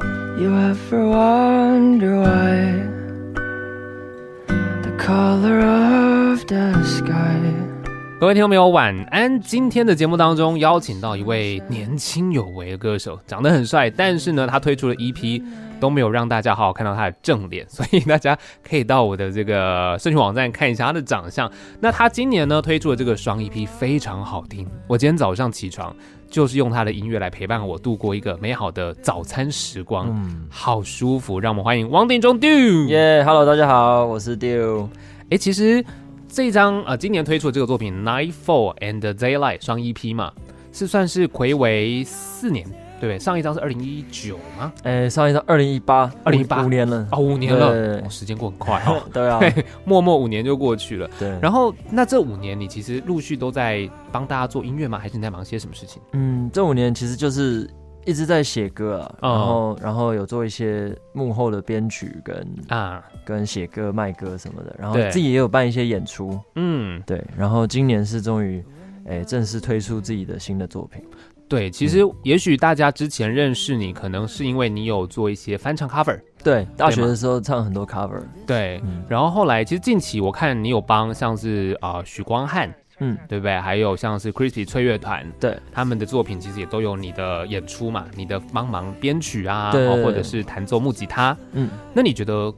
You ever wonder why the color of the sky? 各位听众朋友，晚安！今天的节目当中邀请到一位年轻有为的歌手，长得很帅，但是呢，他推出了 EP 都没有让大家好好看到他的正脸， 所以大家可以到我的这个社群网站看一下他的长相。那他今年呢推出的这个双 EP 非常好听，我今天早上起床就是用他的音乐来陪伴我度过一个美好的早餐时光，嗯，好舒服。让我们欢迎王定中 Do。耶、h e l l o 大家好，我是 Diu。哎，其实这张呃今年推出的这个作品《Nightfall and Daylight》双 EP 嘛，是算是暌违四年，对不对？上一张是二零一九吗？哎、上一张二零一八， 2018五年了。哦，五年了，对哦、时间过很快哦，对 啊，嘿 默默五年就过去了。对。然后，那这五年你其实陆续都在帮大家做音乐吗？还是你在忙些什么事情？嗯，这五年其实就是一直在写歌啊，嗯然后然后有做一些幕后的编曲跟啊，跟写歌卖歌什么的，然后对自己也有办一些演出，嗯，对。然后今年是终于。哎，正式推出自己的新的作品，对，其嗯实也许大家之前认识你，可能是因为你有做一些翻唱 cover，对，大学对吗的时候唱很多 cover，对。嗯然后后来，其实近期我看你有帮像是啊、呃许光汉，嗯，对不对？还有像是 Crispy 翠乐团，对，他们的作品其实也都有你的演出嘛，你的帮忙编曲啊，对哦或者是弹奏木吉他。嗯，那你觉得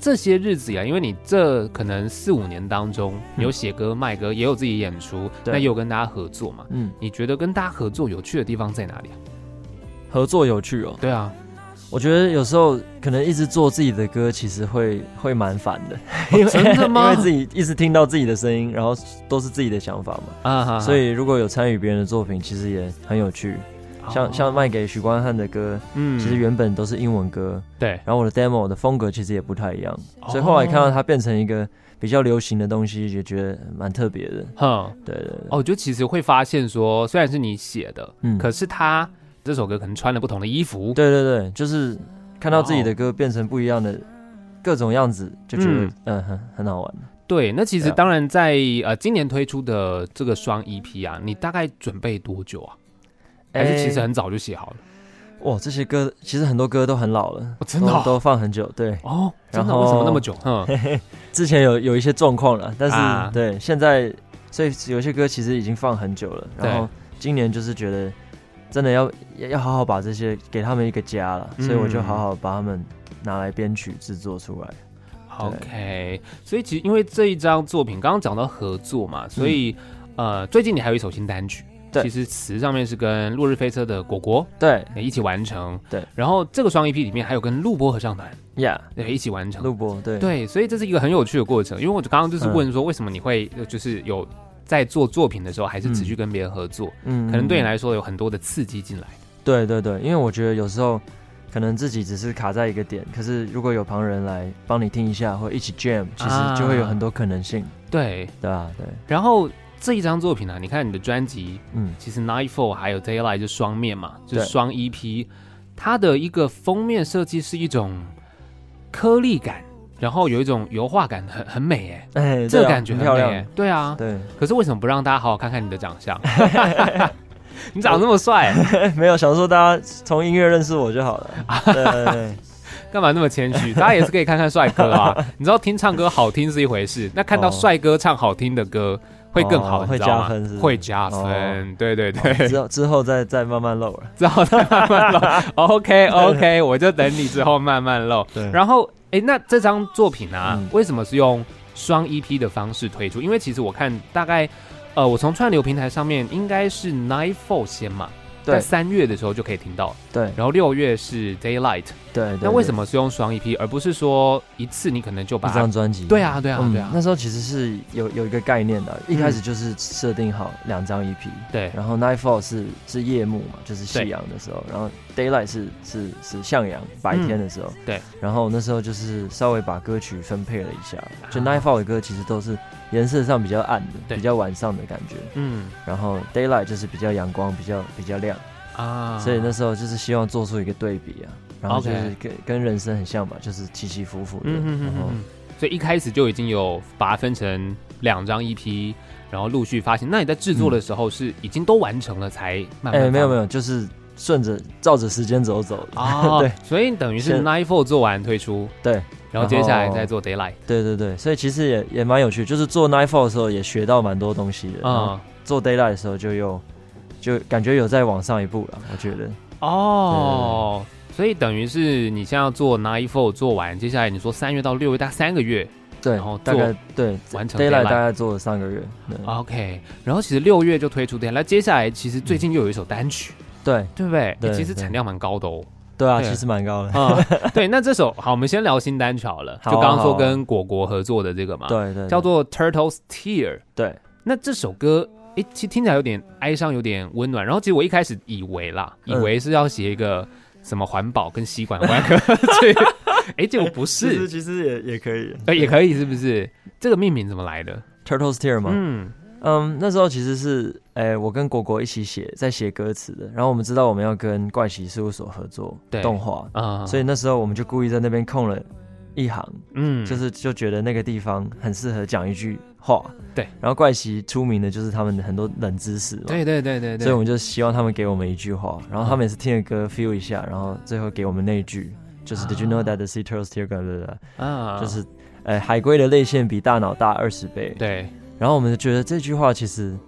这些日子以来，因为你这可能四五年当中，你有写歌、卖歌，也有自己演出，对那也有跟大家合作嘛？嗯，你觉得跟大家合作有趣的地方在哪里啊？合作有趣哦。对啊，我觉得有时候可能一直做自己的歌，其实会会蛮烦的，哦真的吗 因为自己一直听到自己的声音，然后都是自己的想法嘛。啊哈哈，所以如果有参与别人的作品，其实也很有趣。像像卖给许光汉的歌，哦嗯其实原本都是英文歌，对然后我的 demo 的风格其实也不太一样，哦所以后来看到它变成一个比较流行的东西，也觉得蛮特别的。哼。对对对，哦，就其实会发现说，虽然是你写的，嗯可是他这首歌可能穿了不同的衣服，对对对，就是看到自己的歌变成不一样的各种样子，就觉得嗯嗯很很好玩。对，那其实对啊当然在呃今年推出的这个双 EP 啊，你大概准备多久啊？还是其实哎很早就写好了？哇，这些歌其实很多歌都很老了，哦真的哦都都放很久。对，哦，真然的？后为什么那么 久？哼，之前有有一些状况了，但是、啊对现在，所以有些歌其实已经放很久了。然后今年就是觉得真的要要要好好把这些给他们一个家了，嗯所以我就好好把他们拿来编曲制作出来。 OK，所以其实因为这一张作品刚刚讲到合作嘛，所以、呃最近你还有一首新单曲。嗯对其实词上面是跟落日飞车的果果对呃一起完成，对，然后这个双 EP 里面还有跟录播合唱团，Yeah， 对一起完成，录播对嗯对，所以这是一个很有趣的过程，因为我刚刚就是问说，为什么你会呃就是有在做作品的时候，还是持续跟别人合作？嗯可能对你嗯来说有很多的刺激进来。对对对，因为我觉得有时候可能自己只是卡在一个点，可是如果有旁人来帮你听一下或一起 jam，其实就会啊有很多可能性，对，对吧、对，然后这一张作品呢、啊，你看你的专辑，嗯。其实 Nightfall 还有 Daylight 就双面嘛，就是对双 EP，它的一个封面设计是一种颗粒感，然后有一种油画感，很很美哎、哎、对啊这个感觉很很漂美亮。哎，对啊，对，可是为什么不让大家好好看看你的长 相？你长得那么帅、哎没有想说大家从音乐认识我就好 了。对对对，干嘛那么谦 虚？大家也是可以看看帅哥啊。你知道听唱歌好听是一回事，那看到哦帅哥唱好听的歌会更好，哦你知道吗会加分是不是会加分，哦对对对，之后之后再再慢慢露了。 之后再慢慢 露。OK OK，我就等你之后慢慢露。对然后，哎，那这张作品啊，嗯为什么是用双 EP 的方式推出？因为其实我看大概，呃，我从串流平台上面应该是 Nightfall 先嘛，对在三月的时候就可以听到，对然后六月是 Daylight。对对，那为什么么是用双 EP，而不是说一次你可能就把一它张专辑？对啊对啊嗯对啊嗯那时候其实是有有一个概念的，一开始就是设定好两张 EP，对然后 Nightfall 是是夜幕嘛，就是夕阳的时候，然后 Daylight 是是是向阳白天的时候、嗯对，然后那时候就是稍微把歌曲分配了一下，就啊 Nightfall 的歌其实都是颜色上比较暗的，对比较晚上的感觉，嗯然后 Daylight 就是比较阳光，比较比较亮，啊，所以那时候就是希望做出一个对比啊，然后 OK 就是跟跟人生很像吧，就是起起伏伏的，嗯嗯嗯然后嗯，所以一开始就已经有把它分成两张 E EP，然后陆续发行。那你在制作的时候是已经都完成了才慢慢、嗯哎没有没有，有，就是顺着照着时间走走的。啊， 对，所以等于是是 Nightfall 做完推出，对，然后接下来然后再做 Daylight 对对对，所以其实也也蛮有趣，就是做 Nightfall 的时候也学到蛮多东西的。啊、啊、做 Daylight 的时候就又就感觉有再往上一步了，我觉得。哦，所以等于是你现在要做 Nightfall 做完，接下来你说三月到六月，大概三个月对，然后大做概对完成 Daylight Daylight 啊大概做了三个月。对、 ，OK，然后其实六月就推出 Daylight，接下来其实最近又有一首单曲，对对不对？对欸其实对产量蛮高的 哦。对啊，对其实蛮高的。啊，对，那这首好，我们先聊新单曲好了，就好啊刚刚说好啊跟果果合作的这个嘛，对对对叫做 Turtles Tear。对那这首歌，诶，其实听起来有点哀伤，有点温暖。然后其实我一开始以为啦，以嗯为是要写一个什么环保跟吸管有关 的歌曲，诶，结果不其实是，其实也也可以。呃，也可以是不是？这个命名怎么来的？ Turtles Tear 嘛，嗯，嗯，那时候其实是，哎、我跟果果一起写，在写歌词的。然后我们知道我们要跟怪奇事务所合作对动画，啊所以那时候我们就故意在那边空了一行，嗯，就是就觉得那个地方很适合讲一句话。对，然后怪奇出名的就是他们的很多冷知识嘛，对对对对所以我对，们就希望他们给我们一句话，然后他们也是听了歌 feel 一下，然后最后给我们那一句，就是啊 Did you know that the sea turtles tear gun？blah, blah, 啊 blah，就是，呃，海龟的泪腺比大脑大二十倍。对，然后我们就觉得这句话其实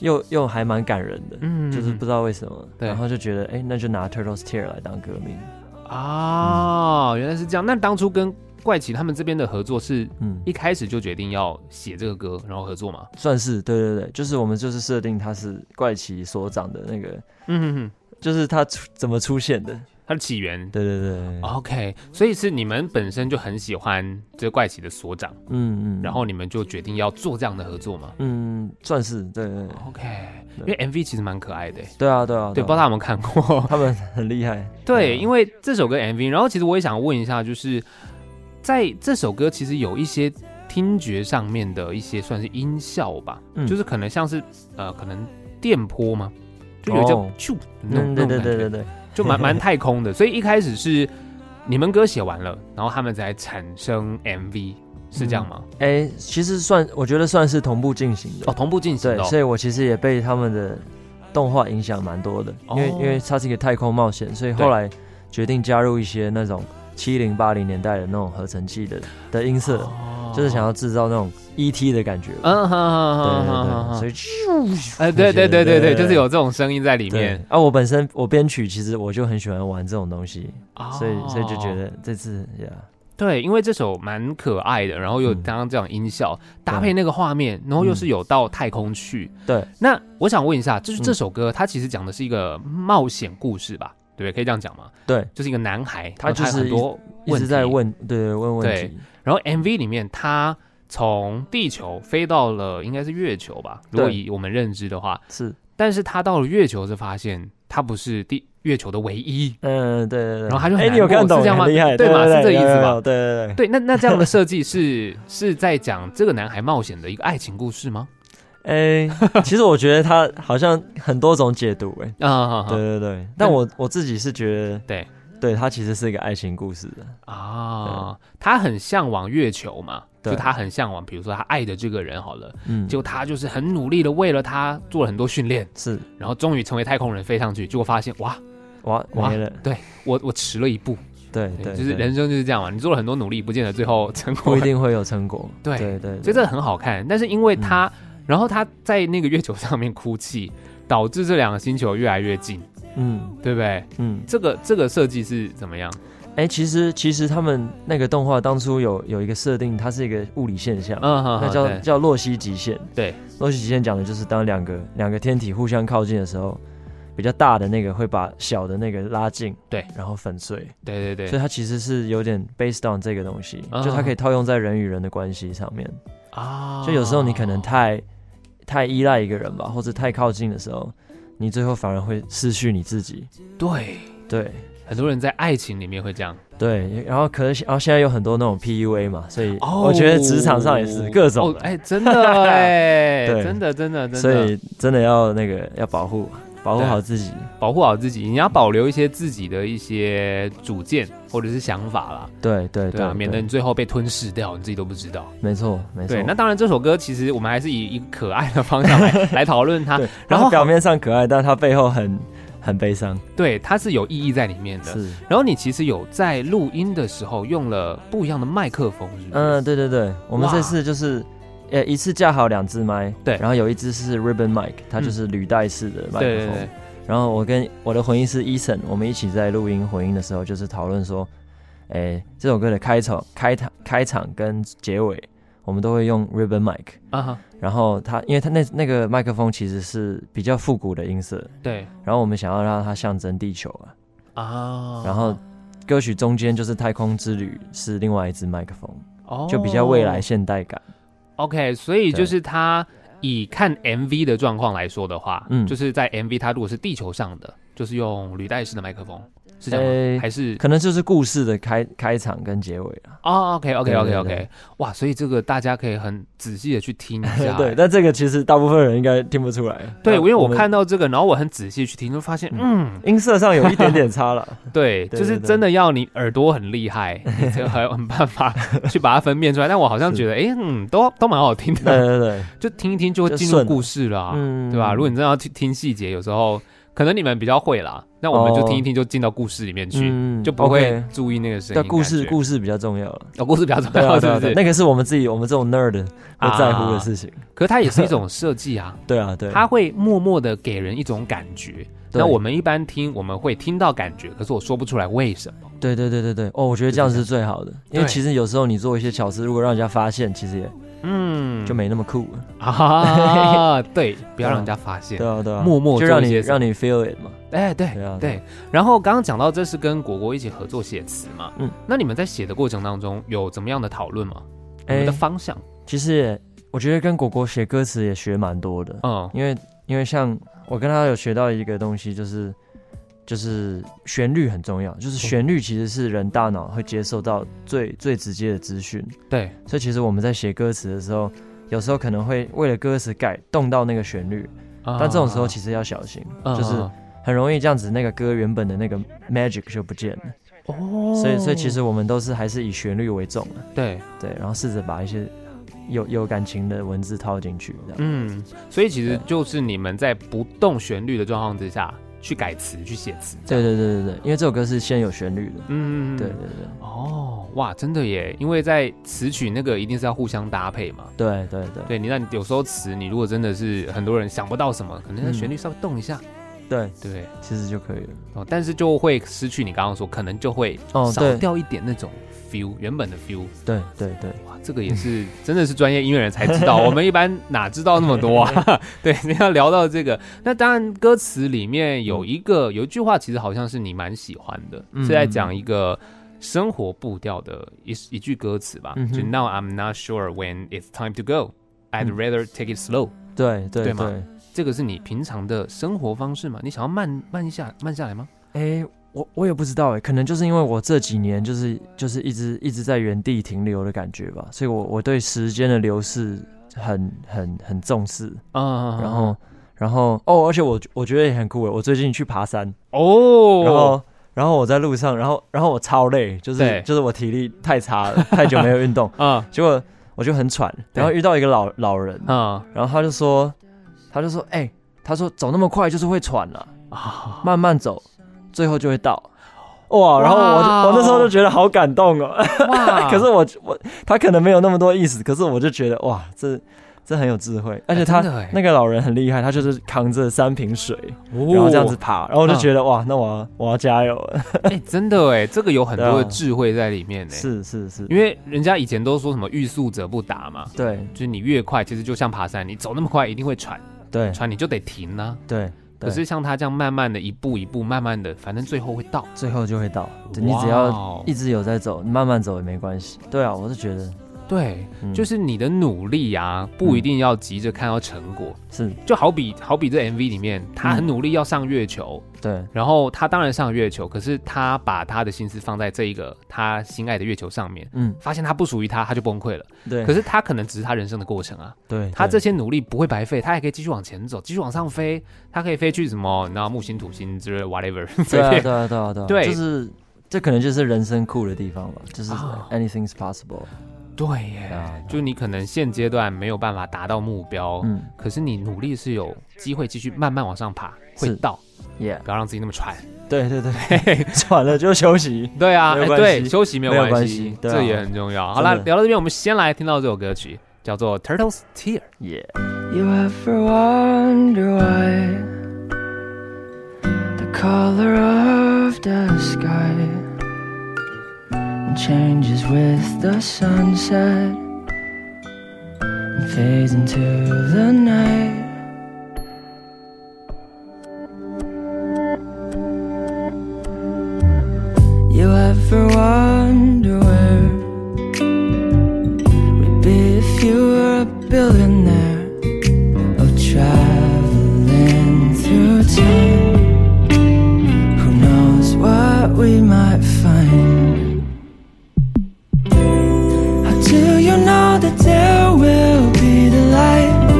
又又还蛮感人的，嗯就是不知道为什么，对然后就觉得哎、诶那就拿 Turtles Tear 来当歌名，啊，原来是这样。那当初跟怪奇他们这边的合作是嗯，一开始就决定要写这个歌，然后合作嘛？算是对对对，就是我们就是设定他是怪奇所长的那个，嗯，就是他出怎么出现的，它的起源。对对对， OK，所以是你们本身就很喜欢这怪奇的所长，嗯嗯，然后你们就决定要做这样的合作嘛嗯，算是对对对， ？OK，因为 MV 其实蛮可爱的欸，对啊对啊，对，不知道大啊家有没有看过？他们很厉害，对，嗯因为这首歌 MV，然后其实我也想问一下，就是在这首歌其实有一些听觉上面的一些算是音效吧，嗯就是可能像是呃，可能电波嘛，就有一种哦咻的那种嗯，对对那种对感觉对对，就 蛮蛮太空的。所以一开始是你们歌写完了，然后他们才产生 MV，是这样吗？哎、其实算我觉得算是同步进行的哦，，同步进行对的，哦、所以我其实也被他们的动画影响蛮多的，因为、哦因为它是一个太空冒险，所以后来决定加入一些那种七零八零年代的那种合成器的的音色，哦就是想要制造那种 ET 的感觉。嗯，哈哈对对哈对，哈哈哈。所以哎，对对对对对对，对就是有这种声音在里对面，啊，我本身我编曲其实我就很喜欢玩这种东西，哦所以所以就觉得这次呀，对，因为这首蛮可爱的，然后又嗯刚刚这种音效、搭配那个画面，然后又是有到太空去。对，那我想问一下，就是嗯这首歌、它其实讲的是一个冒险故事吧？对不对？可以这样讲吗？对，就是一个男孩，他就是然后很多一问直题在问，对对问问对题，然后 MV 里面，他从地球飞到了应该是月球吧，如果对以我们认知的话，是，但是他到了月球是发现他不是地月球的唯一。嗯，对对对，然后他就很哎，你有难过看懂，是这样吗很厉害，对嘛是这个意思有有吧有对对对。对，那那这样的设计是 是在讲这个男孩冒险的一个爱情故事吗？哎、 其实我觉得他好像很多种解读、哎，啊，对对对，但我我自己是觉得，对对，它其实是一个爱情故事的，啊，他很向往月球嘛，就对他很向往，比如说他爱的这个人好了，嗯，结果他就是很努力的为了他做了很多训练，是然后终于成为太空人飞上去，结果发现哇，哇哇没了，我我迟了一步，对对对，就是对人生就是这样嘛，你做了很多努力，不见得最后成不果一。定会有成果，对对对，所以这个很好看，但是因为他，然后他在那个月球上面哭泣，导致这两个星球越来越近，嗯对不对？嗯，这个这个设计是怎么样？哎、其实其实他们那个动画当初有有一个设定，它是一个物理现象。嗯，哼那哼叫对叫洛希极限，对，洛希极限讲的就是当两个两个天体互相靠近的时候，比较大的那个会把小的那个拉近，对，然后粉碎，对对所对以它其实是有点 based on 这个东西，啊就它可以套用在人与人的关系上面。啊就有时候你可能太太依赖一个人吧，或者太靠近的时候，你最后反而会失去你自己。对，对很多人在爱情里面会这样，对，然后可是然后现在有很多那种 PUA 嘛，所以哦我觉得职场上也是各种哦，哎，真的哎， 对真的真的真所的，以真的要那个要保护保护对好自己。保护好自己，你要保留一些自己的一些主见或者是想法啦，对对对啊，免得对你最后被吞噬掉，你自己都不知道。没错没错对，。那当然，这首歌其实我们 还是以一个可爱的方向来来讨论它。对，然然后后表面上可爱，但它背后很很悲伤，对，它是有意义在里面的。是，然后你其实有在录音的时候用了不一样的麦克风，是不是？嗯、对对对，我们哇这次就是。呃，一次架好两只麦，对嗯然后有一只是 ribbon mic，它就是履带式的麦克风。对对对，然后我跟我的混音师 Eason，我们一起在录音混音的时候，就是讨论说，诶，这首歌的开场、开场、开场跟结尾，我们都会用 ribbon mic。啊哈，然后它，因为它那那个麦克风其实是比较复古的音色，对然后我们想要让它象征地球啊。啊，然后歌曲中间就是《太空之旅》是另外一支麦克风，哦就比较未来现代感。 OK，所以就对是他以看 MV 的状况来说的话，嗯就是在 MV 它如果是地球上的，就是用履带式的麦克风，是这样吗？诶还是可能就是故事的开开场跟结尾 啊。哦，OK OK OK 对 OK，对对哇，所以这个大家可以很仔细的去听一下。对，但这个其实大部分人应该听不出来。对，因为我们看到这个，然后我很仔细去听，就发现，嗯，音色上有一点点差 了。对，对就是对对真的要你耳朵很厉害，你才有很办法去把它分辨出来。但我好像 是觉得，哎，嗯，都都蛮好听对的，对对，就听一听就会就进入顺了故事了啊。嗯对吧？如果你真的要去听细节，有时候可能你们比较会啦，那我们就听一听就进到故事里面去，哦嗯就不会 OK 注意那个声音但感觉。故事故事比较重要了。哦，故事比较重对要，啊是对啊不对啊是？啊那个是我们自己我们这种 nerd 会在乎的事情。可是它也是一 种设计啊，对啊对，它会默默的给人一种感觉。对那我们一般听，我们会听到感觉，可是我说不出来为什么。对对对对对，哦，我觉得这样是最好的，因为对其实有时候你做一些巧思，如果让人家发现，其实也嗯，就没那么酷了。啊，对，不要让人家发现对。啊对啊，默默就做让一你些什么让你 feel it 嘛。哎，对对啊对对。然后刚刚讲到这是跟果果一起合作写词嘛，嗯嗯，那你们在写的过程当中有怎么样的讨论吗？你哎们的方向，其实也我觉得跟果果写歌词也学蛮多的，嗯，因为因为像我跟他有学到一个东西，就是就是旋律很重要，就是旋律其实是人大脑会接受到最最直接的资讯，对，所以其实我们在写歌词的时候，有时候可能会为了歌词改动到那个旋律，但但这种时候其实要小心，就是很容易这样子那个歌原本的那个 magic 就不见了，哦所以所以其实我们都是还是以旋律为重的，对，嗯对，然后试着把一些有有感情的文字套进去，这样。嗯，所以其实就是你们在不动旋律的状况之下去改词、去写词，对对对对对，因为这首歌是先有旋律的。嗯，对对对哦，哇，真的耶，因为在词曲那个一定是要互相搭配嘛。对对对对你，那你有时候词，你如果真的是很多人想不到什么，可能在嗯旋律稍微动一下，对，对不对？其实就可以了。哦，但是就会失去你刚刚说，可能就会哦，少对掉一点那种 feel，原本的 feel。对对对，哇，这个也是真的是专业音乐人才知道，我们一般哪知道那么多 啊？对，你要聊到这个，那当然歌词里面有一个有一句话，其实好像是你蛮喜欢的，嗯是在讲一个生活步调的一一句歌词吧？嗯哼就 Now I'm not sure when it's time to go, I'd 嗯 rather take it slow。对对对嘛对。这个是你平常的生活方式吗？你想要慢慢一下慢下来吗？哎，我我也不知道哎，可能就是因为我这几年就是就是一直一直在原地停留的感觉吧，所以我我对时间的流逝很很很重视。啊、然后然后哦，而且我我觉得也很酷哎，我最近去爬山，哦，嗯然后。然后我在路上，然后然后我超累，就对是就是我体力太差了，太久没有运动，啊结果我就很喘，对然后遇到一个老老人，啊然后他就说，他就说，哎、他说走那么快就是会喘了、啊！慢慢走，最后就会到。哇！然后我就哇哦啊我那时候就觉得好感动哦。哇， 可是我我他可能没有那么多意思，可是我就觉得哇，这这很有智慧，而且他、真的欸那个老人很厉害，他就是扛着三瓶水，哦然后这样子爬，然后我就觉啊得、哇，那我要我要加油了。 哎、真的哎，这个有很多的对啊智慧在里面呢。，哎是是是，因为人家以前都说什么欲速则不达嘛，对就是你越快，其实就像爬山，你走那么快一定会喘，对喘你就得停啊。对，对可是像他这样慢慢的一步一步，慢慢的，反正最后会到。最后就会到，你只要哇哦一直有在走，你慢慢走也没关系。对啊，我是觉得，对，嗯就是你的努力啊，不一定要急着看到成果。是就好比好比这 MV 里面，他嗯很努力要上月球，对然后他当然上月球，可是他把他的心思放在这一个他心爱的月球上面，嗯，发现他不属于他，他就崩溃了。对，可是他可能只是他人生的过程啊，对他这对些努力不会白费，他还可以继续往前走，继续往上飞，他可以飞去什么，你知道木星、土星之类的 whatever，随对啊便对啊对啊对啊，对就是这可能就是人生酷的地方吧，就是啊哦 anything's possible，对对啊耶，对啊就你可能现阶段没有办法达到目标，嗯，可是你努力是有机会继续慢慢往上爬，会是到， ，Yeah，不要让自己那么喘。对对对， 喘了就休息。对啊，没有哎关对，系休息没没有关关系，系对啊这也很重要。好啦，真的聊到这边，我们先来听到这首歌曲，叫做《Turtles Tear》。 Yeah， You ever wonder why the color of the sky changes with the sunset and fades into the night? You ever wonder where we'd be if you were a billionaire? of traveling through time. Who knows what we might find? How do you know that there will be the light?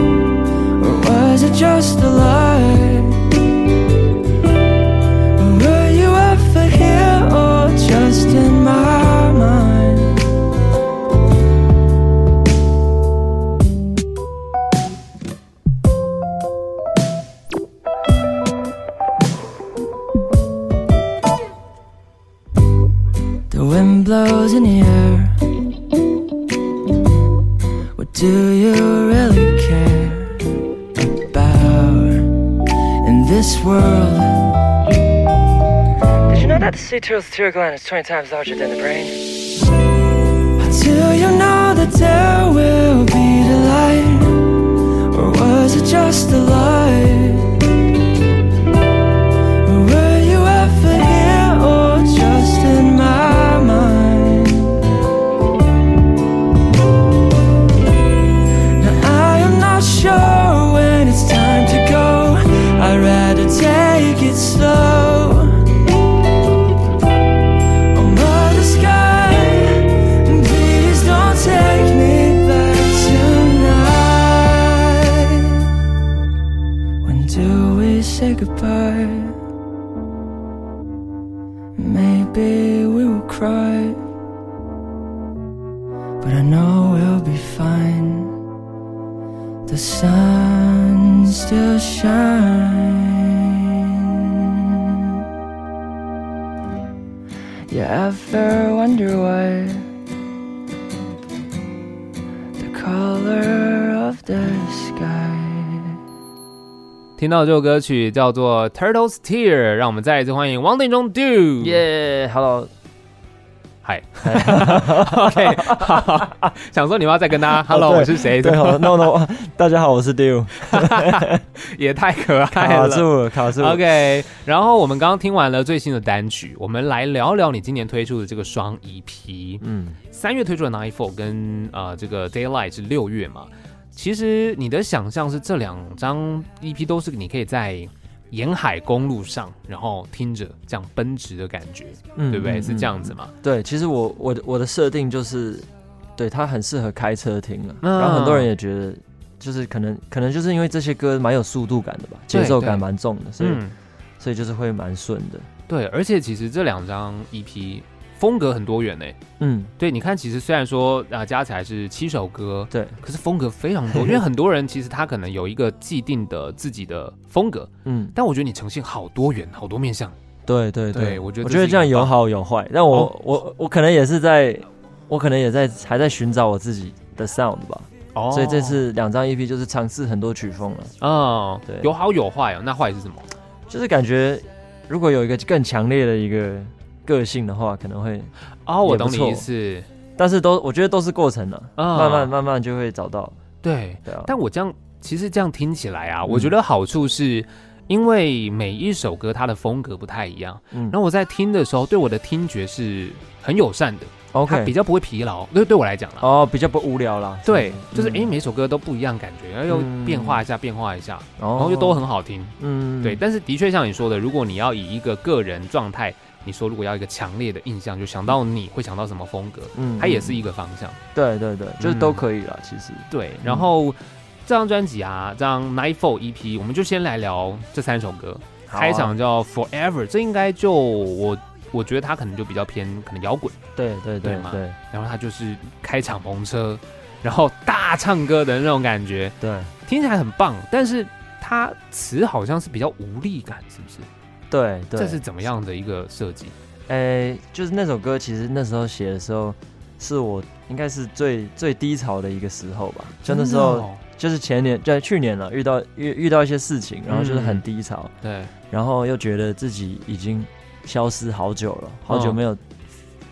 Or was it just a lie? Or were you ever here or just in my mind? The wind blows in here. What do you really care about in this world? Did you know that the sea turtle's tear gland is 20 times larger than the brain? How do you know that there will be the light? Or was it just a lie? Were you ever here or just in my mind? Now I am not sure when it's time to go. I'd rather take it slow. Oh mother sky, please don't take me back tonight. When do we say goodbye? Maybe we will cry, but I know we'll be fine. The sun still shines. You ever wonder why the color of the sky? 听到这首歌曲叫做《Turtles Tear》，让我们再一次欢迎王定中 Do。嗯，Yeah，Hello，嗨，OK，好想说你要再跟大家哦，Hello，对我是谁？对好，No No，大家好，我是 Dew， 也太可 爱卡了。住了，卡住了。 OK，然后我们刚刚听完了最新的单曲，我们来聊聊你今年推出的这个双 EP。嗯，三月推出的《Nightfall》跟呃这个《Daylight》是六月嘛。其实你的想象是这两张 EP 都是你可以在沿海公路上，然后听着这样奔驰的感觉，嗯对不对？是这样。嗯嗯子嘛？对，其实我我的我的设定就是，对它很适合开车听了、嗯然后很多人也觉得，就是可能可能就是因为这些歌蛮有速度感的吧，节奏对感蛮重的，所以、嗯，所以就是会蛮顺的。对。而且其实这两张 EP 风格很多元诶、嗯，对，你看，其实虽然说啊、加起来是七首歌，对，可是风格非常多，因为很多人其实他可能有一个既定的自己的风格，嗯，但我觉得你呈现好多元，好多面向。对对对我觉得我这觉得是一这样个有棒好有坏，但我、哦我我可能也是在，我可能也在还在寻找我自己的 sound 吧，哦所以这次两张 EP 就是尝试很多曲风了，哦，对有好有坏哦。那坏是什么？就是感觉如果有一个更强烈的一个个性的话，可能会，哦，我也不懂你错意思但是都我觉得都是过程了、啊慢慢慢慢就会找到。对。对啊，但我这样其实这样听起来啊，我嗯觉得好处是。因为每一首歌它的风格不太一样，嗯然后我在听的时候，对我的听觉是很友善的，它 OK 比较不会疲劳。对，对我来讲啦，哦比较不无聊啦，对，嗯就是诶，每首歌都不一样感觉，然后又嗯变化一下，变化一下，然然后又都很好听。哦嗯对，但是的确像你说的，如果你要以一个个人状态，你说如果要一个强烈的印象，就想到你会想到什么风格，嗯它也是嗯一个嗯方向。对对对，就是都可以啦，其实对，然后这张专辑啊，这张 Nightfall EP，我们就先来聊这三首歌。好啊开场叫 Forever，这应该就我我觉得它可能就比较偏可能摇滚，对对对对嘛对然后它就是开场篷车，然后大唱歌的那种感觉，对，听起来很棒，但是它词好像是比较无力感，是不是？对对，这是怎么样的一个设计？诶、就是那首歌，其实那时候写的时候，是我应该是最最低潮的一个时候吧。就那时候，真的哦就是前年，对，去年了，遇到遇遇到一些事情，然后就是很低潮，对，然后又觉得自己已经消失好久了，好久没有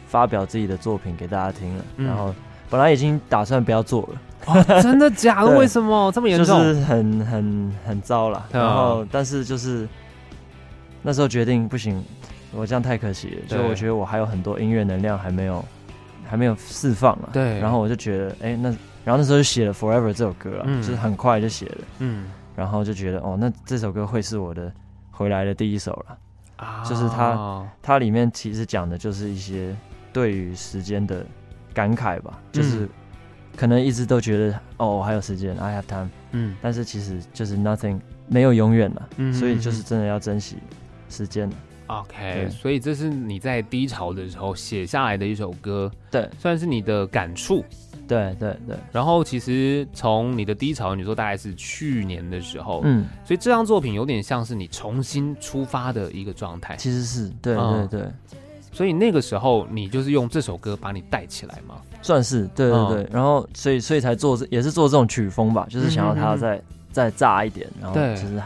发表自己的作品给大家听了，嗯然后本来已经打算不要做了，哇真的假的？对为什么这么严就是重？很很很糟了。嗯然后，但是就是那时候决定不行，我这样太可惜了。对就我觉得我还有很多音乐能量还没有还没有释放了。对然后我就觉得，哎、那然后那时候就写了《Forever》这首歌啊，嗯就是很快就写了。嗯然后就觉得，哦，那这首歌会是我的回来的第一首了。啊就是它它里面其实讲的就是一些对于时间的感慨吧，就是嗯可能一直都觉得，哦，我还有时间，I have time。嗯但是其实就是 nothing 没有永远了，嗯所以就是真的要珍惜时间。 OK，对所以这是你在低潮的时候写下来的一首歌，对算是你的感触。对对对，然后其实从你的低潮，你说大概是去年的时候，嗯，所以这张作品有点像是你重新出发的一个状态。其实是对嗯对对，所以那个时候你就是用这首歌把你带起来嘛。算是对对嗯对。然后所以所以才做这也是做这种曲风吧，就是想要它嗯嗯嗯再再炸一点，然后对就是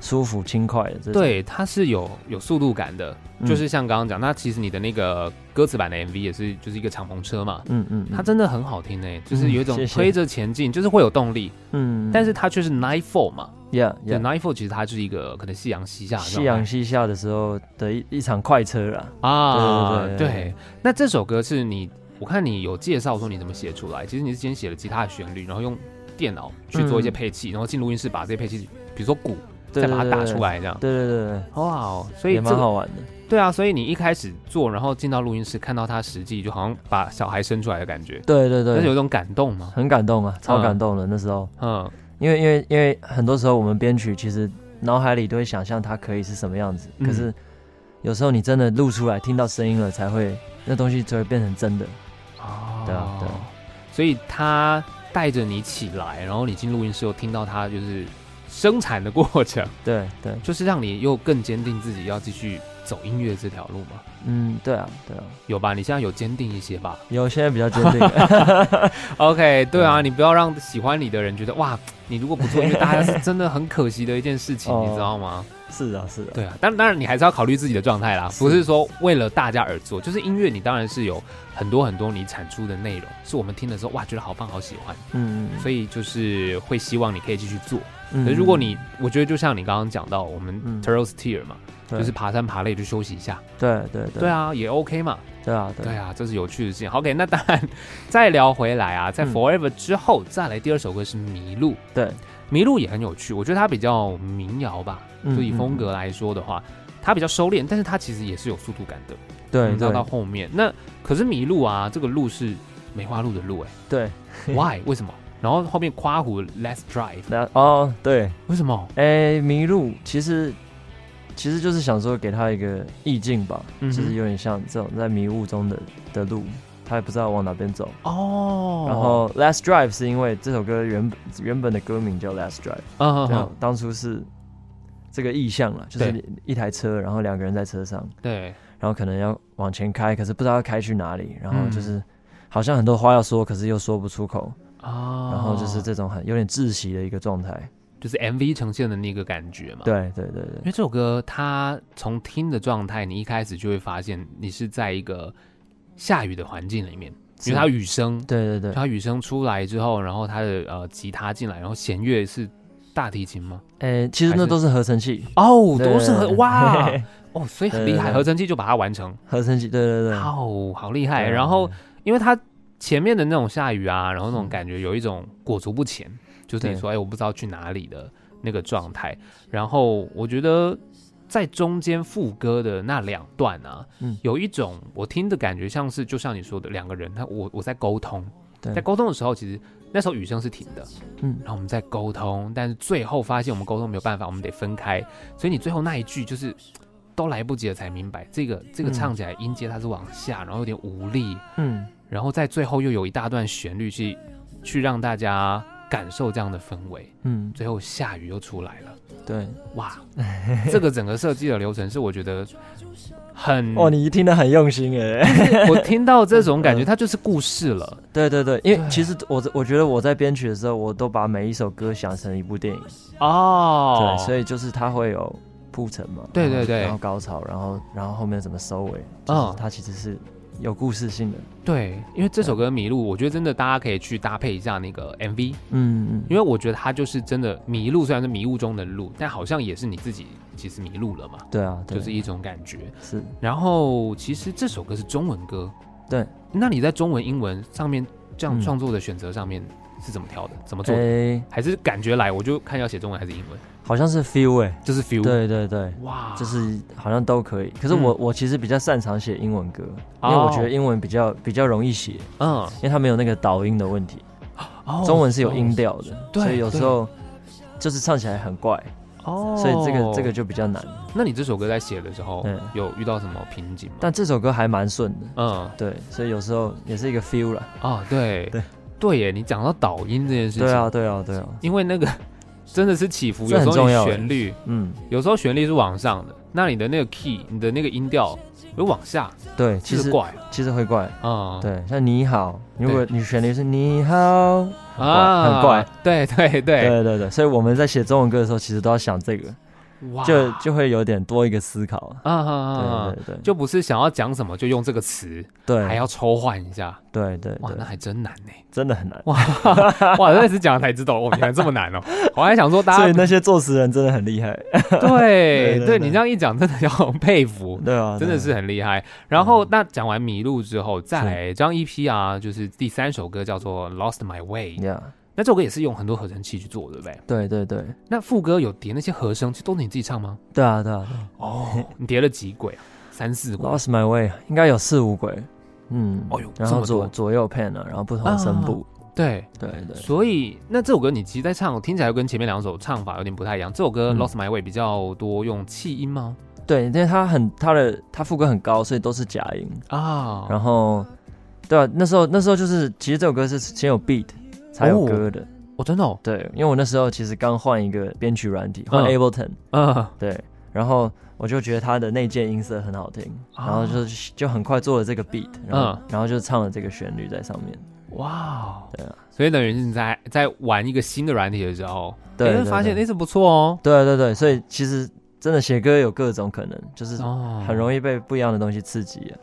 舒服轻快的这种。对，它是有有速度感的，嗯就是像刚刚讲，那其实你的那个歌词版的 MV 也是就是一个敞篷车嘛，嗯嗯，嗯它真的很好听诶、就是有一嗯种谢谢推着前进，就是会有动力，嗯，但是它却是 nightfall 嘛， yeah 对 yeah。 ，nightfall 其实它就是一个可能夕阳西下的夕状阳态西下的时候的一一场快车啦，啊，对对对对对。那这首歌是你，我看你有介绍说你怎么写出来，其实你是先写了吉他的旋律，然后用电脑去做一些嗯配器，然后进录音室把这些配器，比如说鼓，对再把它打出来，来这样。对对对对哇哦，所对，以也这蛮个好玩的。对啊，所以你一开始做，然后进到录音室看到他实际，就好像把小孩生出来的感觉，对对但是有对，一种感动嘛。很感动啊，超嗯感动的那时候。嗯，因为因为因为很多时候我们编曲其实脑海里都会想象它可以是什么样子，嗯可是有时候你真的录出来听到声音了，才会那东西才会变成真的。哦对啊对啊所以他带着你起来，然后你进录音室又听到他就是生产的过程，对对，就是让你又更坚定自己要继续走音乐这条路嘛。嗯，对啊对啊，有吧？你现在有坚定一些吧有现在比较坚 定， ？OK，对啊，你不要让喜欢你的人觉得哇，你如果不做音乐，大家是真的很可惜的一件事情，哦你知道吗？是啊是啊，对啊，当当然你还是要考虑自己的状态啦，是不是说为了大家而做，就是音乐你当然是有很多很多你产出的内容，是我们听的时候哇觉得好棒好喜欢，嗯所以就是会希望你可以继续做。嗯可是如果你，我觉得就像你刚刚讲到我们嗯 t u r l s Tear 嘛，对就是爬山爬累就休息一下，嗯对对对对啊，也 OK 嘛，对啊对对啊，这是有趣的事情。OK，那当然再聊回来啊，在嗯 Forever 之后再来第二首歌是迷路，对，迷路也很有趣，我觉得它比较民谣吧，嗯就以风格来说的话，它比较收敛，但是它其实也是有速度感的。对你知道嗯到对后面，那可是迷路啊，这个路是梅花鹿的路哎、 对， w h y 为什么？然后后面夸胡 Let's Drive，那哦对，为什么？哎迷路其实。其实就是想说给他一个意境吧，嗯哼就是有点像这种在迷雾中的的路，他也不知道往哪边走，哦，然后 Last Drive 是因为这首歌原本原本的歌名叫 Last Drive，嗯，嗯然后嗯当初是这个意象啦，就是对一台车，然后两个人在车上，对，然后可能要往前开，可是不知道要开去哪里，然后嗯就是好像很多话要说，可是又说不出口，啊，然后就是这种很有点窒息的一个状态。就是 MV 呈现的那个感觉嘛。，对对对因对为这首歌它从听的状态，你一开始就会发现你是在一个下雨的环境里面，因为它雨声，对对对，它雨声出来之后，然后它的呃吉他进来，然后弦乐是大提琴吗？诶，其实还那是都是合成器，哦，对都是很哇 哦，所以很厉对对害，对合成器就把它完成，合成器，对对对，好好厉对，害。对然后对因为它前面的那种下雨啊，然后那种嗯感觉有一种裹足不前，就是你对说哎我不知道去哪里的那个状态。然后我觉得在中间副歌的那两段啊，嗯有一种我听的感觉像是就像你说的两个人，他我我在沟通，对在沟通的时候其实。那时候雨声是停的，嗯然后我们在沟通，但是最后发现我们沟通没有办法，我们得分开，所以你最后那一句就是都来不及了才明白，这个这个嗯唱起来音阶它是往下，然后有点无力，嗯然后在最后又有一大段旋律去去让大家感受这样的氛围。嗯，最后下雨又出来了，对， 哇，这个整个设计的流程是我觉得很，哦，你一听得很用心哎。我听到这种感觉， 嗯它就是故事了。对对对，因为对其实我我觉得我在编曲的时候，我都把每一首歌想成一部电影，哦，对，所以以就是它会有铺陈嘛，对然后对对然后高潮，然后然后后面怎么收尾，嗯嗯，它其实是有故事性的，对，因为这首歌《迷路》，我觉得真的大家可以去搭配一下那个 MV，嗯嗯，因为我觉得它就是真的迷路，虽然是迷雾中的路，但好像也是你自己其实迷路了嘛，对啊，对就是一种感觉。是然后其实这首歌是中文歌，对，那你在中文、英文上面这样嗯创作的选择上面是怎么挑的？怎么做的？诶，还是感觉来我就看要写中文还是英文？好像是 feel 哎，就是 feel，，对对对。哇，就是好像都可以，可是我、嗯我其实比较擅长写英文歌，哦因为我觉得英文比较比较容易写，嗯，因为它没有那个导音的问题，哦中文是有音调的，对所以有时候就是唱起来很怪，哦，所以这个这个，就比较难。那你这首歌在写的时候嗯有遇到什么瓶颈吗？但这首歌还蛮顺的，嗯，对，所以有时候也是一个 feel 啦。哦，对对对耶，你讲到导音这件事情，对啊，，对啊，对啊，因为那 个真的是起伏，这有很时候重你要耶旋律，嗯，有时候旋律是往上的，那你的那个 key，你的那个音调有往下，对，这其个实怪其实会怪。啊，对，像你好，如果你旋律是你好，啊，很怪，对对对，对对对，所以我们在写中文歌的时候，其实都要想这个，哇，就就会有点多一个思考。啊啊啊啊对啊对对，就不是想要讲什么就用这个词，对，还要抽换一下，对对哇，那对，还真难呢。 真的很难。哇，那次讲了才知道，哦，原来这么 难哦。我还想说大所以家那些作词人真的很厉害。 对对对对，对你这样一讲，真的要很佩服。对啊，真的对是啊很厉害。然嗯后那讲完《迷路》之后，再来这张 EP 啊，就是第三首歌叫做《Lost My Way》， Yeah，那这首歌也是用很多合成器去做，对不对？对对对，那副歌有叠那些和声，这都是你自己唱吗？对啊对啊。对啊哦，你叠了几轨啊？三四轨？ Lost My Way 应该有四五轨，嗯，哦呦然这后么多左左右 pan 啊，然后不同的声部，对，对对所以那这首歌你其实在唱，听起来跟前面两首唱法有点不太一样。这首歌《嗯 Lost My Way》比较多用气音吗？对，因为它很它的它副歌很高，所以都是假音，啊，然后对啊，那时候那时候就是其实这首歌是先有 beat 才有歌的，哦，真的哦，对，因为我那时候其实刚换一个编曲软体，换嗯 Ableton，、嗯，对，然后我就觉得它的内建音色很好听，啊然后就就很快做了这个 beat，然后、嗯然后就唱了这个旋律在上面，哇，哦对啊，所以等于是你在在玩一个新的软体的时候，对你会对发现对那是不错哦，对对对，所以其实真的写歌有各种可能，就是哦，很容易被不一样的东西刺激、啊。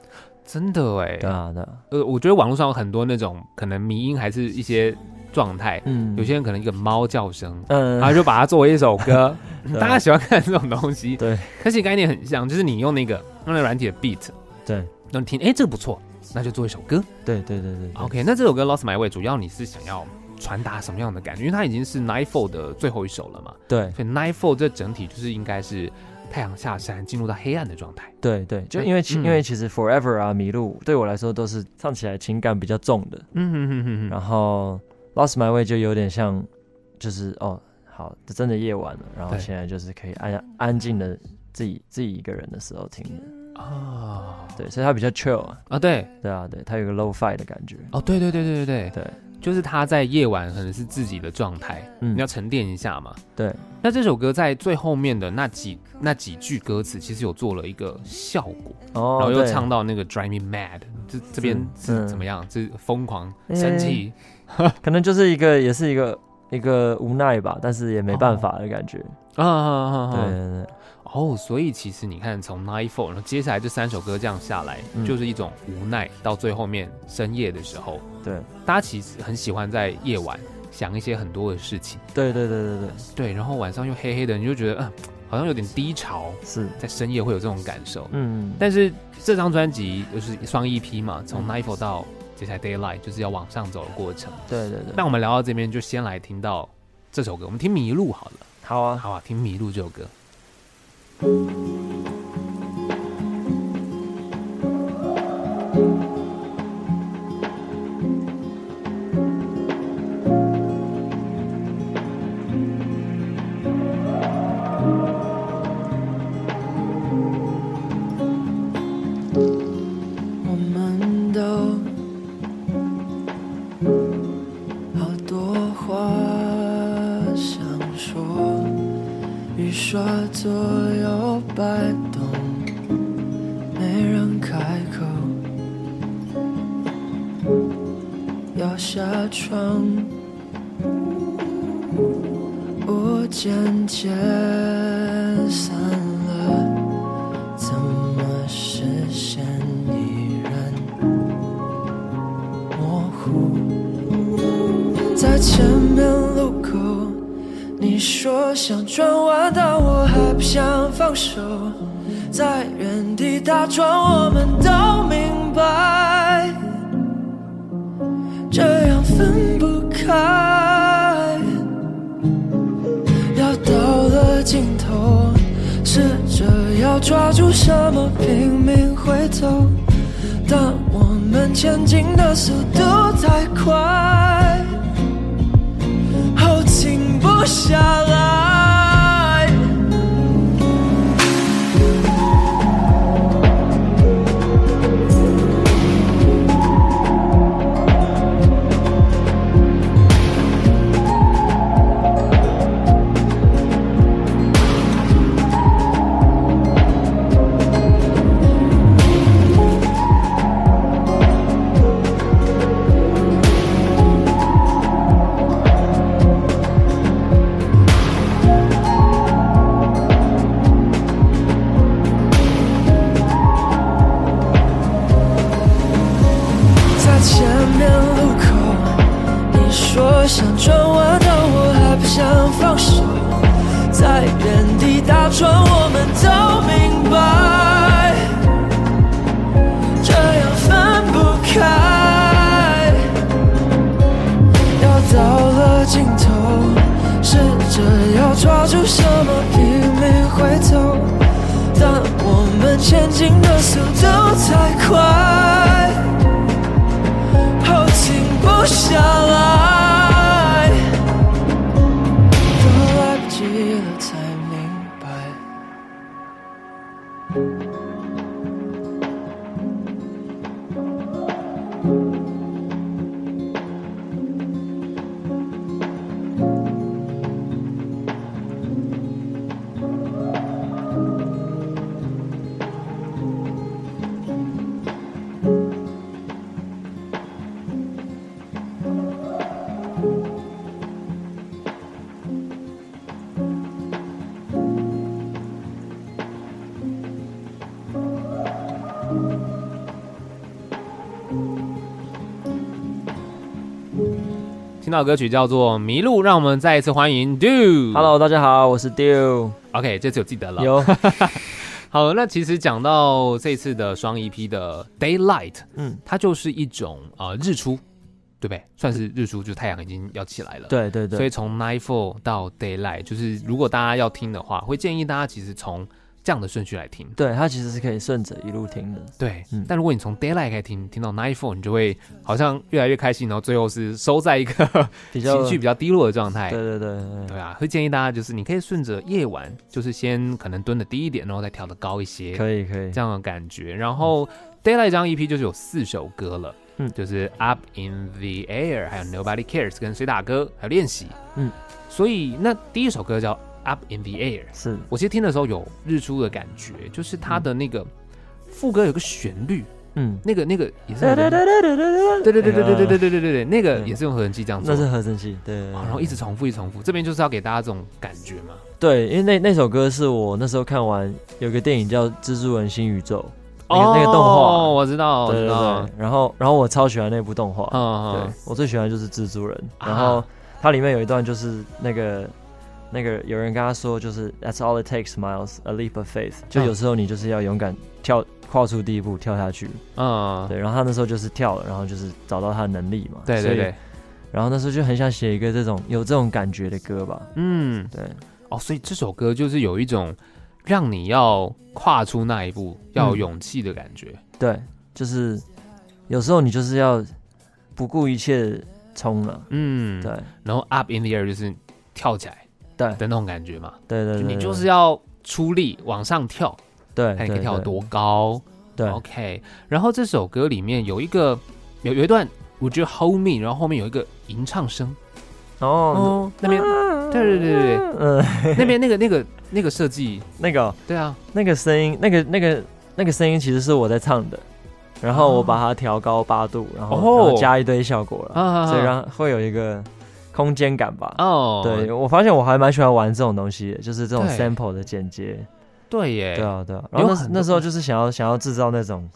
真的哎、对啊，对啊，呃，我觉得网络上有很多那种可能迷音还是一些状态，嗯有些人可能一个猫叫声，嗯，然后就把它作为一首歌， 对啊大家喜欢看这种东西。对，可是概念很像，就是你用那个用那个软体的 beat，对然后你听，哎，这个不错，那就做一首歌。对对对对对 OK，那这首歌《Lost My Way》主要你是想要传达什么样的感觉？因为它已经是 Nightfall 的最后一首了嘛，对所以 Nightfall 这整体就是应该是太阳下山，进入到黑暗的状态。对对，就因为其、嗯因为其实 Forever 啊、迷路对我来说都是唱起来情感比较重的，嗯哼哼哼然后 Lost My Way 就有点像，就是哦，好，这真的夜晚了，然后对现在就是可以安安静的自己自己一个人的时候听的，哼，啊对，所以它比较 chill，啊啊对。对啊，对，它有个 low fi 的感觉，哦，对对对对对对，就是他在夜晚可能是自己的状态，嗯你要，沉淀一下嘛。对，那这首歌在最后面的那几那几句歌词，其实有做了一个效果，哦，然后又对唱到那个 Drive Me Mad，这这边是嗯怎么样？这疯狂、嗯生气，可能就是一个，也是一个一个无奈吧，但是也没办法的感觉。啊啊啊！对啊啊对对，哦，所以其实你看，从 Nightfall，然后接下来这三首歌这样下来，嗯就是一种无奈，到最后面深夜的时候，对大家其实很喜欢在夜晚想一些很多的事情。对对对对对，对，然后晚上又黑黑的，你就觉得嗯，好像有点低潮，是，在深夜会有这种感受。嗯，但是这张专辑就是双 EP 嘛，从 Nightfall 到接下来 Daylight，就是要往上走的过程。对对对那，我们聊到这边，就先来听到这首歌，我们听《迷路》好了，好啊，好啊，听《迷路》这首歌。我们都好多话刷左右摆动，没人开口。摇下窗，我渐渐散了，怎么视线依然模糊？在前面路口。你说想转弯，但我还不想放手，在原地打转，我们都明白，这样分不开。要到了尽头，试着要抓住什么，拼命回头，但我们前进的速度太快。停不下来。在前面路口，你说想转弯，但我还不想放手，在原地打转，我们都明白，这样分不开。要到了尽头，试着要抓住什么，拼命回头，但我们前进的速度太快。后停不下来，都来不及了才明白，听到歌曲叫做《迷路》，让我们再一次欢迎 Do。 Hello，大家好，我是 Dew。 OK，这次有记得了。有，好，那其实讲到这次的双 EP 的 Daylight，嗯，它就是一种呃日出，对不对？算是日出，就太阳已经要起来了。对对所以对，从 Nightfall 到 Daylight，就是如果大家要听的话，会建议大家其实从这样的顺序来听。对，它其实是可以顺着一路听的。对，嗯但如果你从 Daylight 开始听，听到 Nightfall，你就会好像越来越开心，然后最后是收在一个 比较情绪比较低落的状态对。对对对对啊，会建议大家就是你可以顺着夜晚，就是先可能蹲的低一点，然后再调的高一些对，，可以可以这。样的感觉。然后 Daylight 这张 EP 就是有四首歌了，嗯就是 Up in the Air，还有 Nobody Cares，跟水打歌，还有练习，嗯。所以那第一首歌叫 Up in the Air，是，我其实听的时候有日出的感觉，就是它的那个副歌有个旋律，嗯，那个那个也是对很对对对对对对对对对对对对对对对对，那个哎嗯也是用合成器这样做那，是合成器，对。对哦然后一直重复一直重复，这边就是要给大家这种感觉嘛。对，因为那那首歌是我那时候看完有个电影叫《蜘蛛人新宇宙》，那个、那个动哦，画，我知道，我对知对哦道，对，然后然后我超喜欢那部动画，嗯，对嗯我最喜欢的就是蜘蛛人，然啊后它里面有一段就是那个。那个有人跟他说，就是 "That's all it takes, Miles, a leap of faith。就嗯有时候你就是要勇敢跳，跨出第一步，跳下去。嗯，对，然后他那时候就是跳了，然后就是找到他的能力嘛。对所对以对，然后那时候就很想写一个这种有这种感觉的歌吧。嗯，对，哦，所以这首歌就是有一种让你要跨出那一步，要有勇气的感觉。对，就是有时候你就是要不顾一切冲了。嗯，对，然后 up in the air 就是跳起来，对的那种感觉嘛，对对就对你就是要要出力往上跳，对，看你可以对跳得。多高。对对 OK，然后这首歌里面有一个有有一段，我觉得 Hold Me，然后后面有一个吟唱声，然后哦哦，那边，对对对对嗯，对，那边那个那个那个设计，那个对啊，那个声音，那个那个那个声音其实是我在唱的，然后我把它调高八度，然后,、哦然后加一堆效果了，啊所以让会有一个空间感吧。哦，对，我发现我还蛮喜欢玩这种东西的，就是这种对 sample 的剪接。对耶，对啊，对啊。然后很那多那时候就是想要想要制造那种，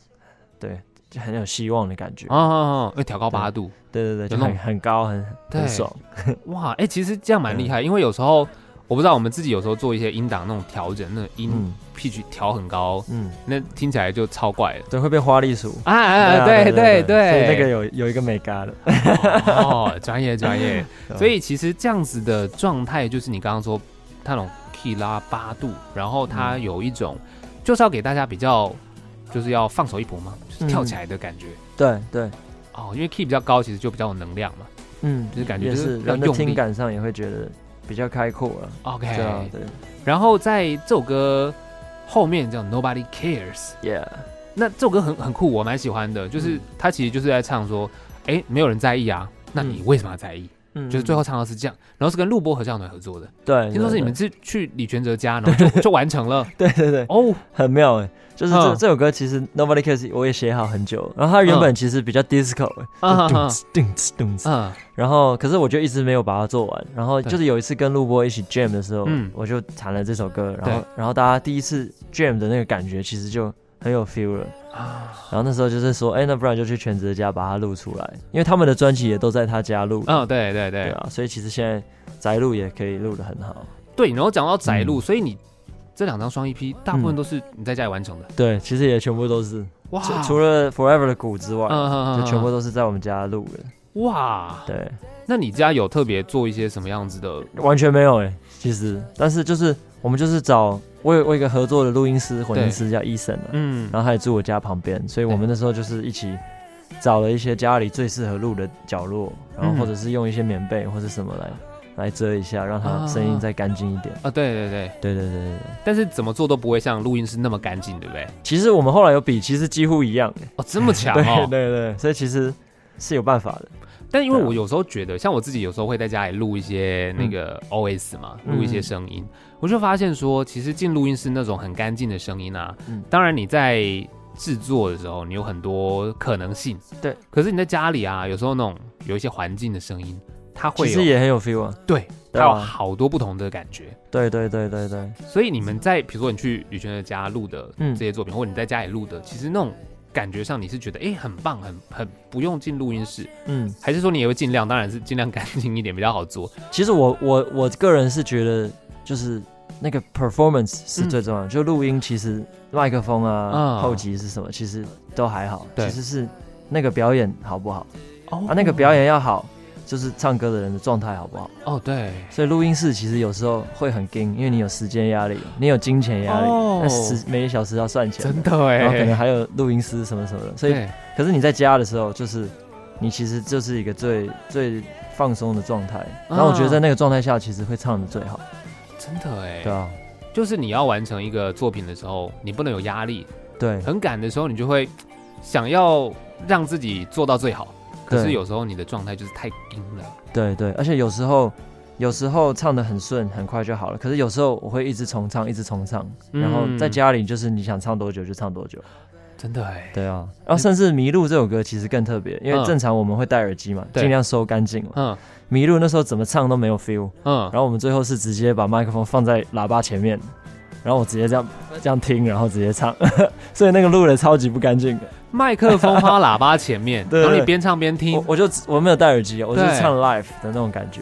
对，就很有希望的感觉。哦哦，哦要调高八度，对对对，就有那很种很高，很对很爽。哇，哎、其实这样蛮厉害，因为有时候我不知道我们自己有时候做一些音档那种调整，那种音嗯 pitch 调很高，嗯，那听起来就超怪了。对，会被花栗鼠。啊啊，对对所以对，那个有有一个美嘎的。哦，专业专 业。对啊所以其实这样子的状态，就是你刚刚说它那种 key 拉八度，然后它有一种、就是要给大家比较，就是要放手一搏嘛，就是跳起来的感觉。对对，哦，因为 key 比较高，其实就比较有能量嘛。嗯，就是感觉也就是是比较人的用听力哎感上也会觉得比较开阔了。 OK，对啊，对然后在这首歌后面叫 Nobody Cares， ，Yeah，那这首歌很很酷，我蛮喜欢的，就是嗯他其实就是在唱说，哎、没有人在意啊，那你为什么要在意？嗯就是最后唱到是这样，然后是跟录播合唱团合作的，对，听说是对你们是去李全哲家，然后就 就完成 了对对对，哦，很妙哎。就是这嗯这首歌其实 Nobody Cares 我也写好很久，然后它原本其实比较 disco，嗯哎就嗯咚哧咚哧咚哧，嗯然后可是我就一直没有把它做完，然后对就是有一次跟录播一起 jam 的时候嗯，我就弹了这首歌，然后对然后大家第一次 jam 的那个感觉其实就很有 feel 了，啊然后那时候就是说，哎，那不然就去全职家把它录出来，因为他们的专辑也都在他家录，嗯，对对对对啊，所以其实现在宅录也可以录的很好，对，然后讲到窄路，嗯所以你这两张双 EP 大部分都是你在家里完成的，对，其实也全部都是哇，除除了 Forever 的鼓之外，嗯就全部都是在我们家录的，哇，对，那你家有特别做一些什么样子的？完全没有哎、其实，但是就是我们就是找我有我有一个合作的录音师混音师叫 Eason 啊，嗯然后他也住我家旁边，所以我们那时候就是一起找了一些家里最适合录的角落，然后嗯或者是用一些棉被或者什么来来遮一下，让它声音再干净一点。啊，对对对，对对对对对，但是怎么做都不会像录音室那么干净，对不对？其实我们后来有比，其实几乎一样。欸哦，这么强 对哦对！对，所以其实是有办法的。但因为对啊我有时候觉得，像我自己有时候会在家里录一些那个 OS 嘛，嗯录一些声音，我就发现说，其实进录音室那种很干净的声音啊，嗯当然你在制作的时候，你有很多可能性，对。可是你在家里啊，有时候那种有一些环境的声音，它其会实有也很有 feel 啊。对，它对啊有好多不同的感觉。对对对对对，所以你们在比如说你去吕泉的家录的这嗯些作品，或者你在家里录的，其实那种感觉上你是觉得哎、诶很棒，很很不用进录音室，嗯，还是说你也会尽量，当然是尽量干净一点比较好做。其实我我我个人是觉得，就是那个 performance 是最重要的。就录音，其实麦克风啊、嗯后级是什么，其实都还好。对其实是那个表演好不好哦啊？那个表演要好，就是唱歌的人的状态好不好？哦，对，所以录音室其实有时候会很紧，因为你有时间压力，你有金钱压力，哦那时每个小时要算钱，真的哎，然后可能还有录音师什么什么的。所以，对可是你在家的时候，就是你其实就是一个最最放松的状态。然啊后我觉得在那个状态下，其实会唱的最好。真的哎对，啊，就是你要完成一个作品的时候，你不能有压力，对，很赶的时候，你就会想要让自己做到最好。可是对有时候你的状态就是太硬了，对对，而且有时候有时候唱的很顺，很快就好了。可是有时候我会一直重唱，一直重唱，然后嗯在家里就是你想唱多久就唱多久。真的哎，对啊，然后甚至《迷路》这首歌其实更特别，因嗯为正常我们会戴耳机嘛，对尽量收干净嘛。嗯迷路那时候怎么唱都没有 feel，嗯然，后我们最后是直接把麦克风放在喇叭前面。然后我直接这样这样听，然后直接唱， 所以那个录的超级不干净的。麦克风放到喇叭前面，对然后你边唱边我听，我就我没有戴耳机，啊我就是对唱 live 的那种感觉。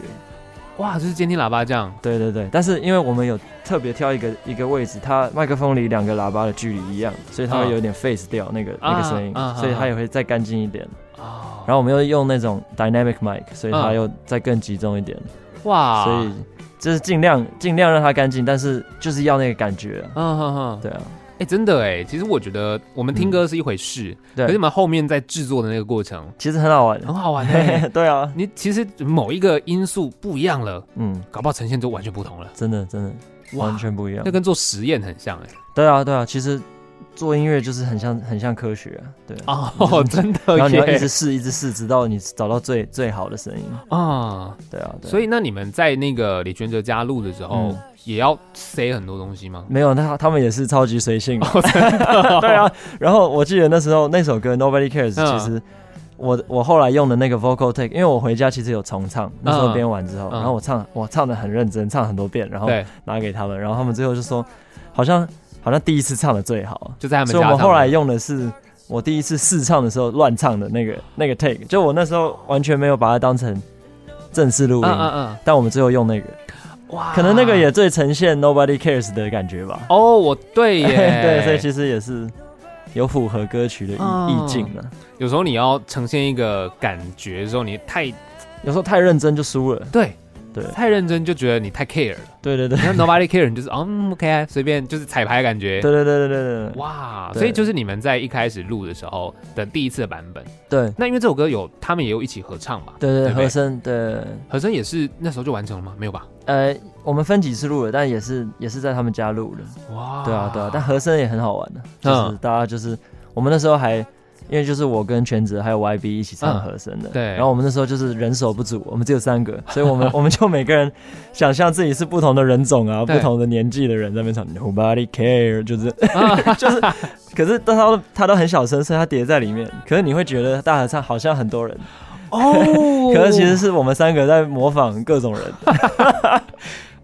哇，就是监听喇叭这样，对对对，但是因为我们有特别挑一个一个位置，它麦克风离两个喇叭的距离一样，所以它啊会有点 face 掉那个、啊那个声音，啊啊所以它也会再干净一点。哦，然后我们又用那种 dynamic mic，所以啊它又再更集中一点，哇，所以就是尽量尽量让它干净，但是就是要那个感觉、啊。嗯哼哼，对啊，哎、真的哎，其实我觉得我们听歌是一回事，嗯对可啊是你们后面在制作的那个过程其实很好玩。。很好玩哎 对啊，你其实某一个因素不一样了，嗯，搞不好呈现就完全不同了。真的真的完全不一样那。跟做实验很像哎。对啊对啊，其实做音乐就是很像很像科学、啊，对啊。哦， 真的然后你要一直耶。试，一直试，直到你找到最最好的声音。啊，对啊，对啊所以那你们在那个李全哲家录的时候，嗯也要塞很多东西吗？没有，那他们也是超级随性。 对啊，然后我记得那时候那首歌《Nobody Cares》，嗯其实我我后来用的那个 vocal take，因为我回家其实有重唱，那时候编完之后，嗯然后我唱我唱的很认真，唱很多遍，然后对，拿给他们，然后他们最后就说，好像好像第一次唱的最好，就在他们所以家我唱们的。后来用的是我第一次试唱的时候乱唱的那个那个 take，就我那时候完全没有把它当成正式录音，嗯嗯但我们最后用那个，嗯，哇可能那个也最呈现 nobody cares 的感 觉吧。哦，我 对耶， 对，所以其实也是有符合歌曲的意、哦意境啊了。有时候你要呈现一个感觉的时候，你太有时候太认真就输了。对对太认真就觉得你太 care 了。对对对你看 nobody care，你就是哦嗯 OK 啊随便就是彩排的感觉对。对对对对对哇，对所以就是你们在一开始录的时候的第一次的版本，对那因为这首歌有他们也有一起合唱嘛，对对对，不对和声对。和声也是那时候就完成了吗？没有吧？呃，我们分几次录了，但也是也是在他们家录的。哇，对啊，对啊，但和声也很好玩的，就是嗯大家就是我们那时候还，因为就是我跟全职还有 YB 一起唱嗯和声的，对然后我们那时候就是人手不足，我们只有三个，所以我们 我们就每个人想象自己是不同的人种啊，对不同的年纪的人在那边唱 Nobody Care，就是 啊 就是，可是但他都他都很小声，所以他叠在里面，可是你会觉得大合唱好像很多人，哦 可是其实是我们三个在模仿各种人，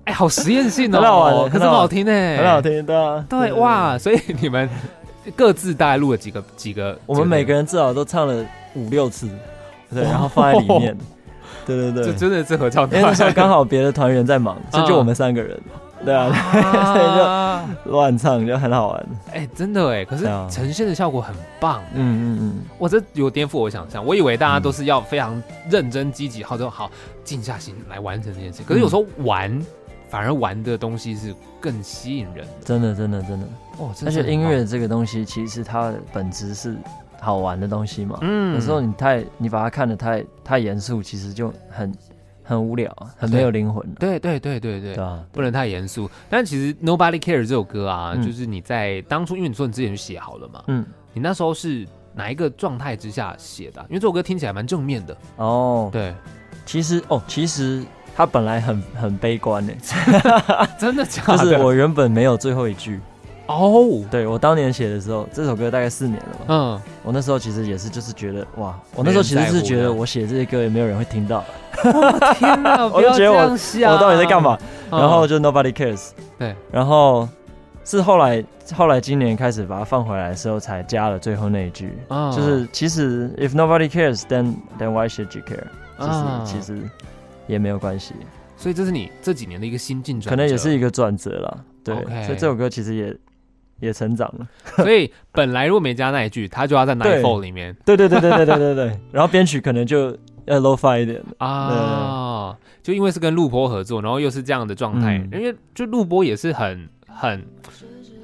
哎，好实验性哦，很好玩的可是很很好玩好听哎，很好。听的、啊，对哇，所以你们各自大概录了几个几个，我们每个人至少都唱了五六次，对，然后放在里 面。对对哦这对，真的是合唱因团，为那时候刚好别的团员在忙，所以就我们三个人，嗯 对啊， 啊乱唱就很好玩。哎、真的哎，可是对啊呈现的效果很棒，嗯嗯我这有颠覆我想象，我以为大家都是要非常认真积极，好就好静下心来完成这件事，嗯可是有时候玩、反而玩的东西是更吸引人的嗯，真的真的真的，哦，真而的是且很音棒，乐这个东西，其实它的本质是好玩的东西嘛。嗯有时候你太你把它看得太太严肃，其实就很很无聊啊，很没有灵魂啊。对对对对对对。啊，不能太严肃，但其实《Nobody Care》这首歌啊，嗯就是你在当初，因为你说你之前就写好了嘛，嗯，你那时候是哪一个状态之下写的啊、因为这首歌听起来蛮正面的，哦，对，其实哦，其实它本来很很悲观欸呢， 真的 假就的？是我原本没有最后一句。哦，对我当年写的时候，这首歌大概四年了吧。 嗯，我那时候其实也是，就是觉得哇，我没那时候人其实在是乎觉的得我写这些歌也没有人会听到，天哪，不我要就觉这得我样想，啊我到底在干嘛？嗯？然后就 Nobody Cares。对，然后是后来后来今年开始把它放回来的时候，才加了最后那一句，啊就是其实 If nobody cares, then then why should you care？啊就是其实也没有关系，所以这是你这几年的一个心境转折，可能也是一个转折啦。对， OK 所以这首歌其实也也成长了。所以本来如果没加那一句，他就要在 Nightfall 里面对对对对对对对对。 然后编曲可能就要 low fi 一点。啊，就因为是跟录播合作，然后又是这样的状态，嗯因为就录播也是很很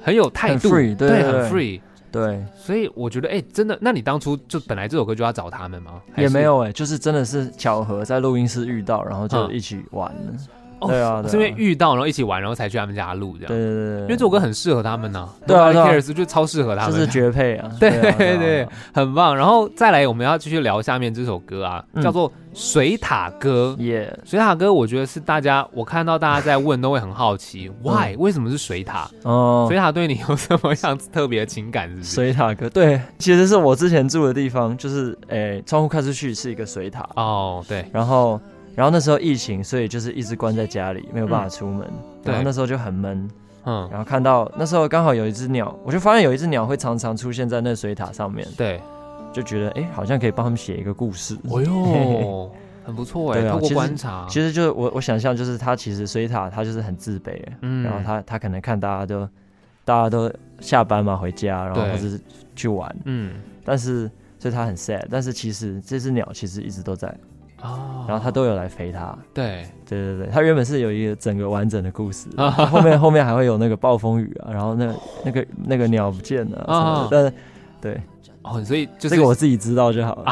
很有态度，很 free，对对对很 free。对，所以我觉得，哎、真的，那你当初就本来这首歌就要找他们吗？还也是没，有哎、就是真的是巧合，在录音室遇到，然后就嗯一起玩了。哦对啊，对啊是因为遇到，然后一起玩，然后才去他们家录这对样。对对对，因为这首歌很适合他们呢、对啊 Nobody 对啊 cares 就超适合他就们，是绝配 啊。对啊对啊很棒。然后再来，我们要继续聊下面这首歌啊，嗯叫做《水塔歌》。耶，水塔歌，我觉得是大家，我看到大家在问，都会很好奇，why？为什么是水塔？嗯哦水，塔对你有什么样子特别的情感？是不是？ 水塔哥，对，其实是我之前住的地方，就是诶，窗户看出去是一个水塔，哦，对，然后然后那时候疫情，所以就是一直关在家里，没有办法出门，对然后那时候就很闷，嗯，然后看到那时候刚好有一只鸟，我就发现有一只鸟会常常出现在那水塔上面，对，就觉得诶，好像可以帮他们写一个故事。哦哟， 很不错哎，对啊透过其实观察，其实就是我我想象，就是他其实水塔他就是很自卑，嗯然后他他可能看大家都大家都下班嘛回家，然后对或者是去玩，嗯，但是所以他很 sad，但是其实这只鸟其实一直都在，哦，然后他都有来陪他。对，对对对，他原本是有一个整个完整的故 事，后面后面还会有那个暴风雨啊，然后那那个那个鸟不见了、啊啊什么的，但是对，哦，所以就是这个我自己知道就好 了。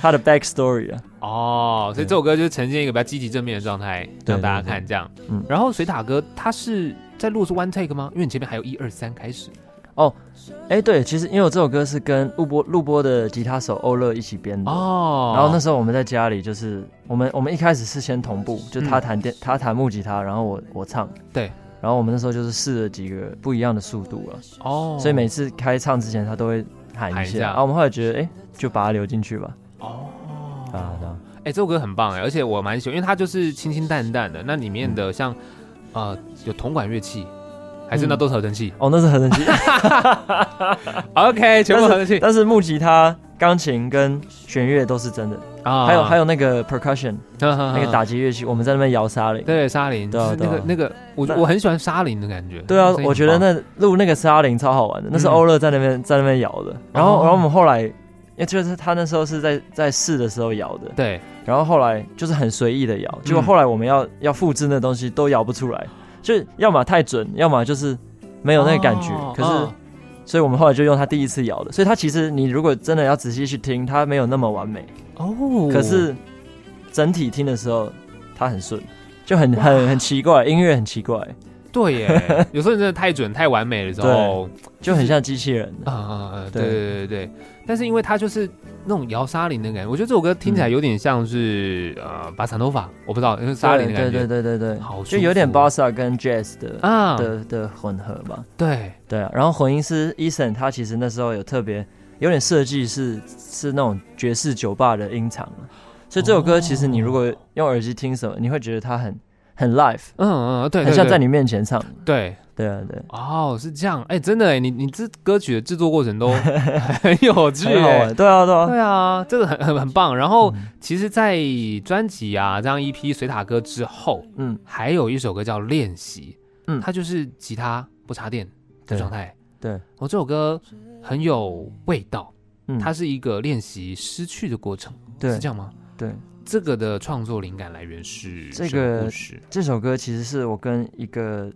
他的 backstory 啊，哦，所以对这首歌就是呈现一个比较积极正面的状态，对让大家对看这样。嗯然后水塔哥他是在录的是 one take 吗？因为你前面还有一二三开始。哎对，其实因为我这首歌是跟录播录播的吉他手欧乐一起编的，哦，然后那时候我们在家里，嗯就是我们我们一开始是先同步，就他弹电，他弹木吉他，然后我我唱。对。然后我们那时候就是试了几个不一样的速度了，哦，所以每次开唱之前他都会喊喊一一下。下然后我们后来觉得，哎，就把它留进去吧。哦。啊，对啊哎、这首歌很棒哎，而且我蛮喜欢，因为它就是清清淡淡的。那里面嗯的像，呃，有铜管乐器，还是那嗯都是合成 器、哦，那是合成器， o k 全部合成器但是木吉他、钢琴跟弦乐都是真的，啊还有还有那个 percussion 那那个打击乐器，我们在那边摇沙铃。对沙林，对就啊是那对个啊那个，我那我很喜欢沙林的感觉。对啊声音，很我觉得棒那录那个沙铃超好玩的，那是嗯哦欧乐在那边在那边摇的。然后然后我们后来，因为就是他那时候是在在试的时候摇的，对然后后来就是很随意的摇，结嗯果后来我们要要复制那东西都摇不出来，就要么太准，要么就是没有那个感觉。哦可是嗯，所以我们后来就用他第一次摇的，所以他其实你如果真的要仔细去听，他没有那么完美，哦，可是整体听的时候他很顺，就很很很奇怪，音乐很奇怪，对 耶，有时候你真的太准太完美的时候，就很像机器人。啊啊，啊对对对对对，但是因为它就是那种摇沙林的感觉，我觉得这首歌听起嗯来有点像是、呃把长头发，我不知道，因为沙林的感对觉对对对对，好就舒有点服 bossa 跟 jazz 的、啊，的的混合吧。对，对啊，然后混音师 Eason 他其实那时候有特别有点设计是是那种爵士酒吧的音场嘛，所以这首歌其实你如果用耳机听什么，你会觉得它很很 live，嗯嗯，对，很像在你你面前唱。对。对啊，对，哦，是这样，哎、真的哎，你你这歌曲的制作过程 都很有趣很好哎，玩。对啊，对啊。对啊，这个很很很棒。然后，嗯其实，在专辑啊这样一批水塔歌之后，嗯，还有一首歌叫《练习》，嗯，嗯它就是吉他不插电的对状态。对，我、这首歌很有味道，嗯它是一个练习失去的过程，对是这样吗？对，这个的创作灵感来源是这什么个故事这首歌其实是我跟一个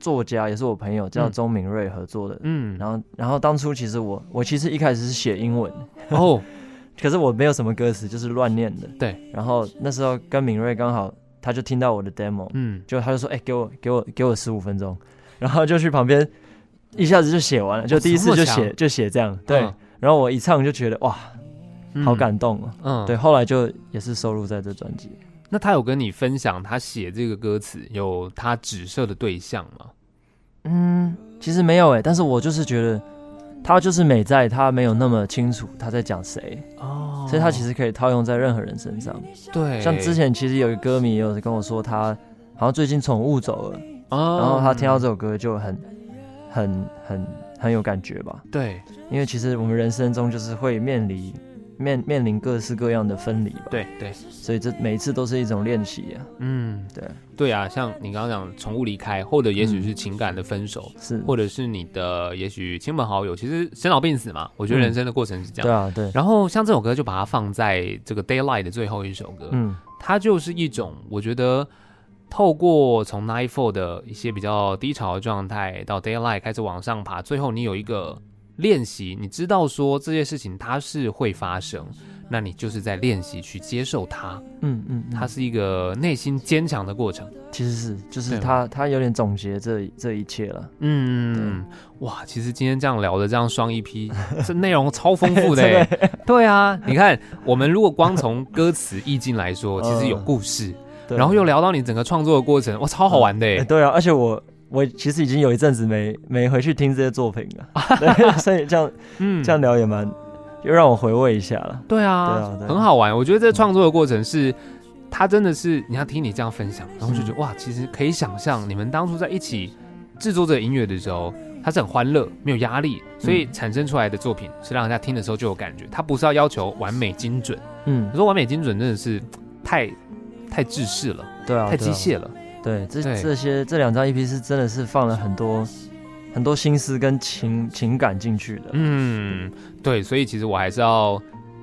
作家，也是我朋友叫嗯钟明瑞合作的。嗯，然后，然后当初其实我我其实一开始是写英文，哦，可是我没有什么歌词，就是乱念的。对，然后那时候跟敏瑞刚好，他就听到我的 demo，嗯，就他就说：“哎、给我给我给我十五分钟。”然后就去旁边，一下子就写完了，就第一次就这么写、强就写这样。对，嗯然后我一唱就觉得哇，好，感动哦。嗯，嗯对，。后来就也是收录在这专辑。那他有跟你分享他写这个歌词有他指涉的对象吗？嗯，其实没有哎、但是我就是觉得他就是美在，他没有那么清楚他在讲谁，哦所以他其实可以套用在任何人身上。对，像之前其实有一个歌迷也有跟我说，他好像最近宠物走了。哦，然后他听到这首歌就很、很、很、很有感觉吧。对因为其实我们人生中就是会面临、面面临各式各样的分离吧。，对对，所以这每一次都是一种练习啊。嗯，对，对啊，像你刚刚讲宠物离开，或者也许嗯是情感的分手，是，或者是你的也许亲朋好友，其实生老病死嘛，我觉得人生的过程是这嗯对样。啊，对，然后像这首歌就把它放在这个 Daylight 的最后一首歌，嗯，它就是一种我觉得透过从 Nightfall 的一些比较低潮的状态到 Daylight 开始往上爬，最后你有一个练习，你知道说这些事情它是会发生，那你就是在练习去接受它，嗯嗯，它他是一个内心坚强的过程。其实是就是对他他有点总结这这一切了，嗯，哇，其实今天这样聊的这样双一批， 这内容超丰富 的耶、对啊，你看，我们如果光从歌词意境来说，其实有故事，嗯对然后又聊到你整个创作的过程，哇，超好玩的耶、哎对啊，而且我我其实已经有一阵子没没回去听这些作品 了，对所以这样嗯， 这样聊也蛮又让我回味一下了。对啊，对啊对啊很好玩。我觉得这创作的过程是，他真的是你要听你这样分享，然后就觉嗯得、哇，其实可以想象你们当初在一起制作这个音乐的时候，它是很欢乐，没有压力，所嗯以产生出来的作品是让人家听的时候就有感觉。它不是要要求完美精准，嗯你，说完美精准真的是太太制式了，对啊，太机对啊械了。对，这对这些这两张 EP 是真的是放了很多很多心思跟情情感进去的。嗯，对，所以其实我还是要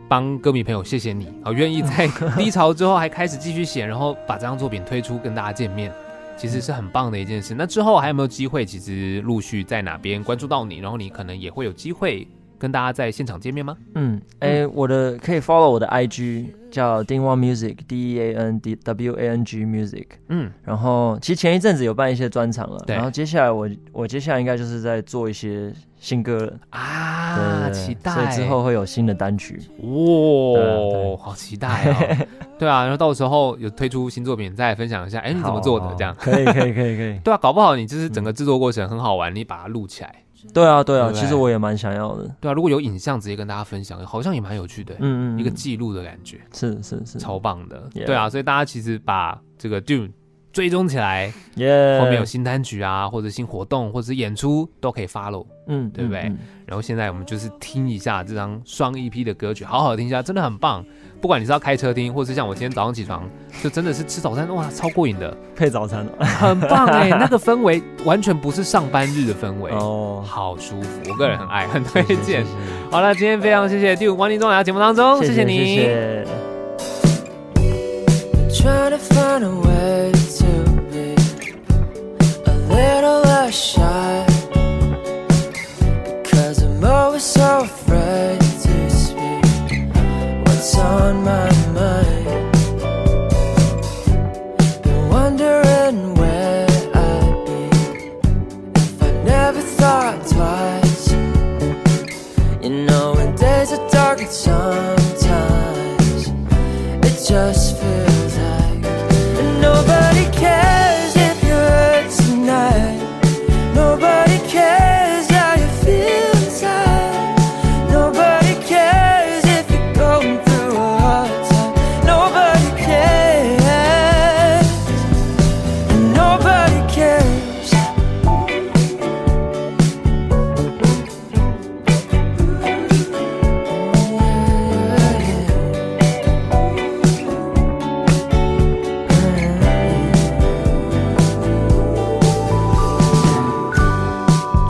帮歌迷朋友谢谢你，好愿意 在低潮之后还开始继续写，然后把这张作品推出跟大家见面，其实是很棒的一件事。那之后还有没有机会？其实陆续在哪边关注到你，然后你可能也会有机会跟大家在现场见面吗？嗯，哎，我的可以 follow 我的 IG 叫 Dingwan Music D E A N D W A N G Music。嗯，然后其实前一阵子有办一些专场了，对然后接下来我我接下来应该就是在做一些新歌了，啊，对对对期待。所以之后会有新的单曲。哇、对好期待哦！ 对啊，然后到时候有推出新作品，再分享一下，哎，你怎么做的好？啊这样好可以可以可以可以。对啊，搞不好你就是整个制作过程很好玩，你把它录起来。对啊对啊，对不对其实我也蛮想要的。对啊，如果有影像直接跟大家分享，好像也蛮有趣的，嗯嗯，一个嗯记录的感觉，是是是，超棒的。 Yeah 对啊，所以大家其实把这个 Dune 追踪起来，耶，后面有新单曲啊，或者新活动，或者是演出都可以 follow。嗯，对不对嗯？嗯然后现在我们就是听一下这张双 EP 的歌曲，好好听一下，真的很棒。不管你是要开车听，或是像我今天早上起床，就真的是吃早餐，哇，超过瘾的，配早餐了很棒哎、 那个氛围完全不是上班日的氛围，哦，好舒服，我个人很爱，很 谢推谢谢荐。谢好了，今天非常谢谢第五光临中来到节目当中，谢谢您。谢谢 Trying to find a way to be a little less shy. Because I'm always so afraid to speak what's on my mind. Been wondering where I'd be if I never thought twice. You know, when days are dark, and sometimes it just feels like nobody cares if you hurt tonight. Nobody cares how you feel inside. Nobody cares if you're going through a hard time. Nobody cares. And nobody cares.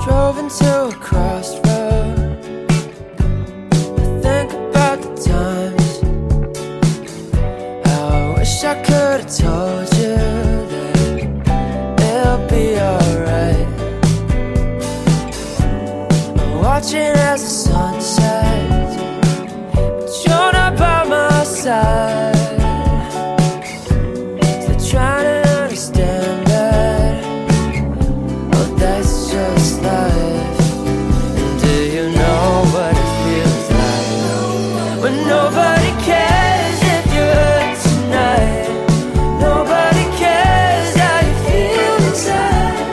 Drove into a crossroad. I think about the times. How I wish I could have told you that it'll be alright. I'm watching as the sun sets, but you're not by my side. Still trying to understand that. Oh, that's just life. And do you know what it feels like when nobody cares if you're hurt tonight? Nobody cares how you feel inside.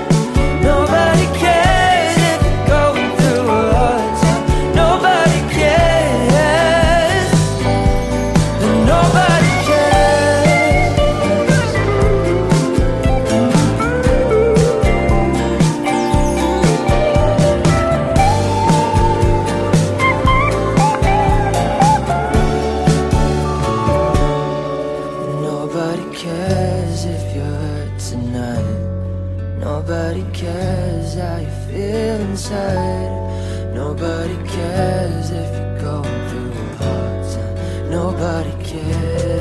Nobody cares if you're going through a hard time. Nobody cares. And nobody cares. Nobody cares if you're hurt tonight. Nobody cares how you feel inside. Nobody cares if you're going through a hard time. Nobody cares.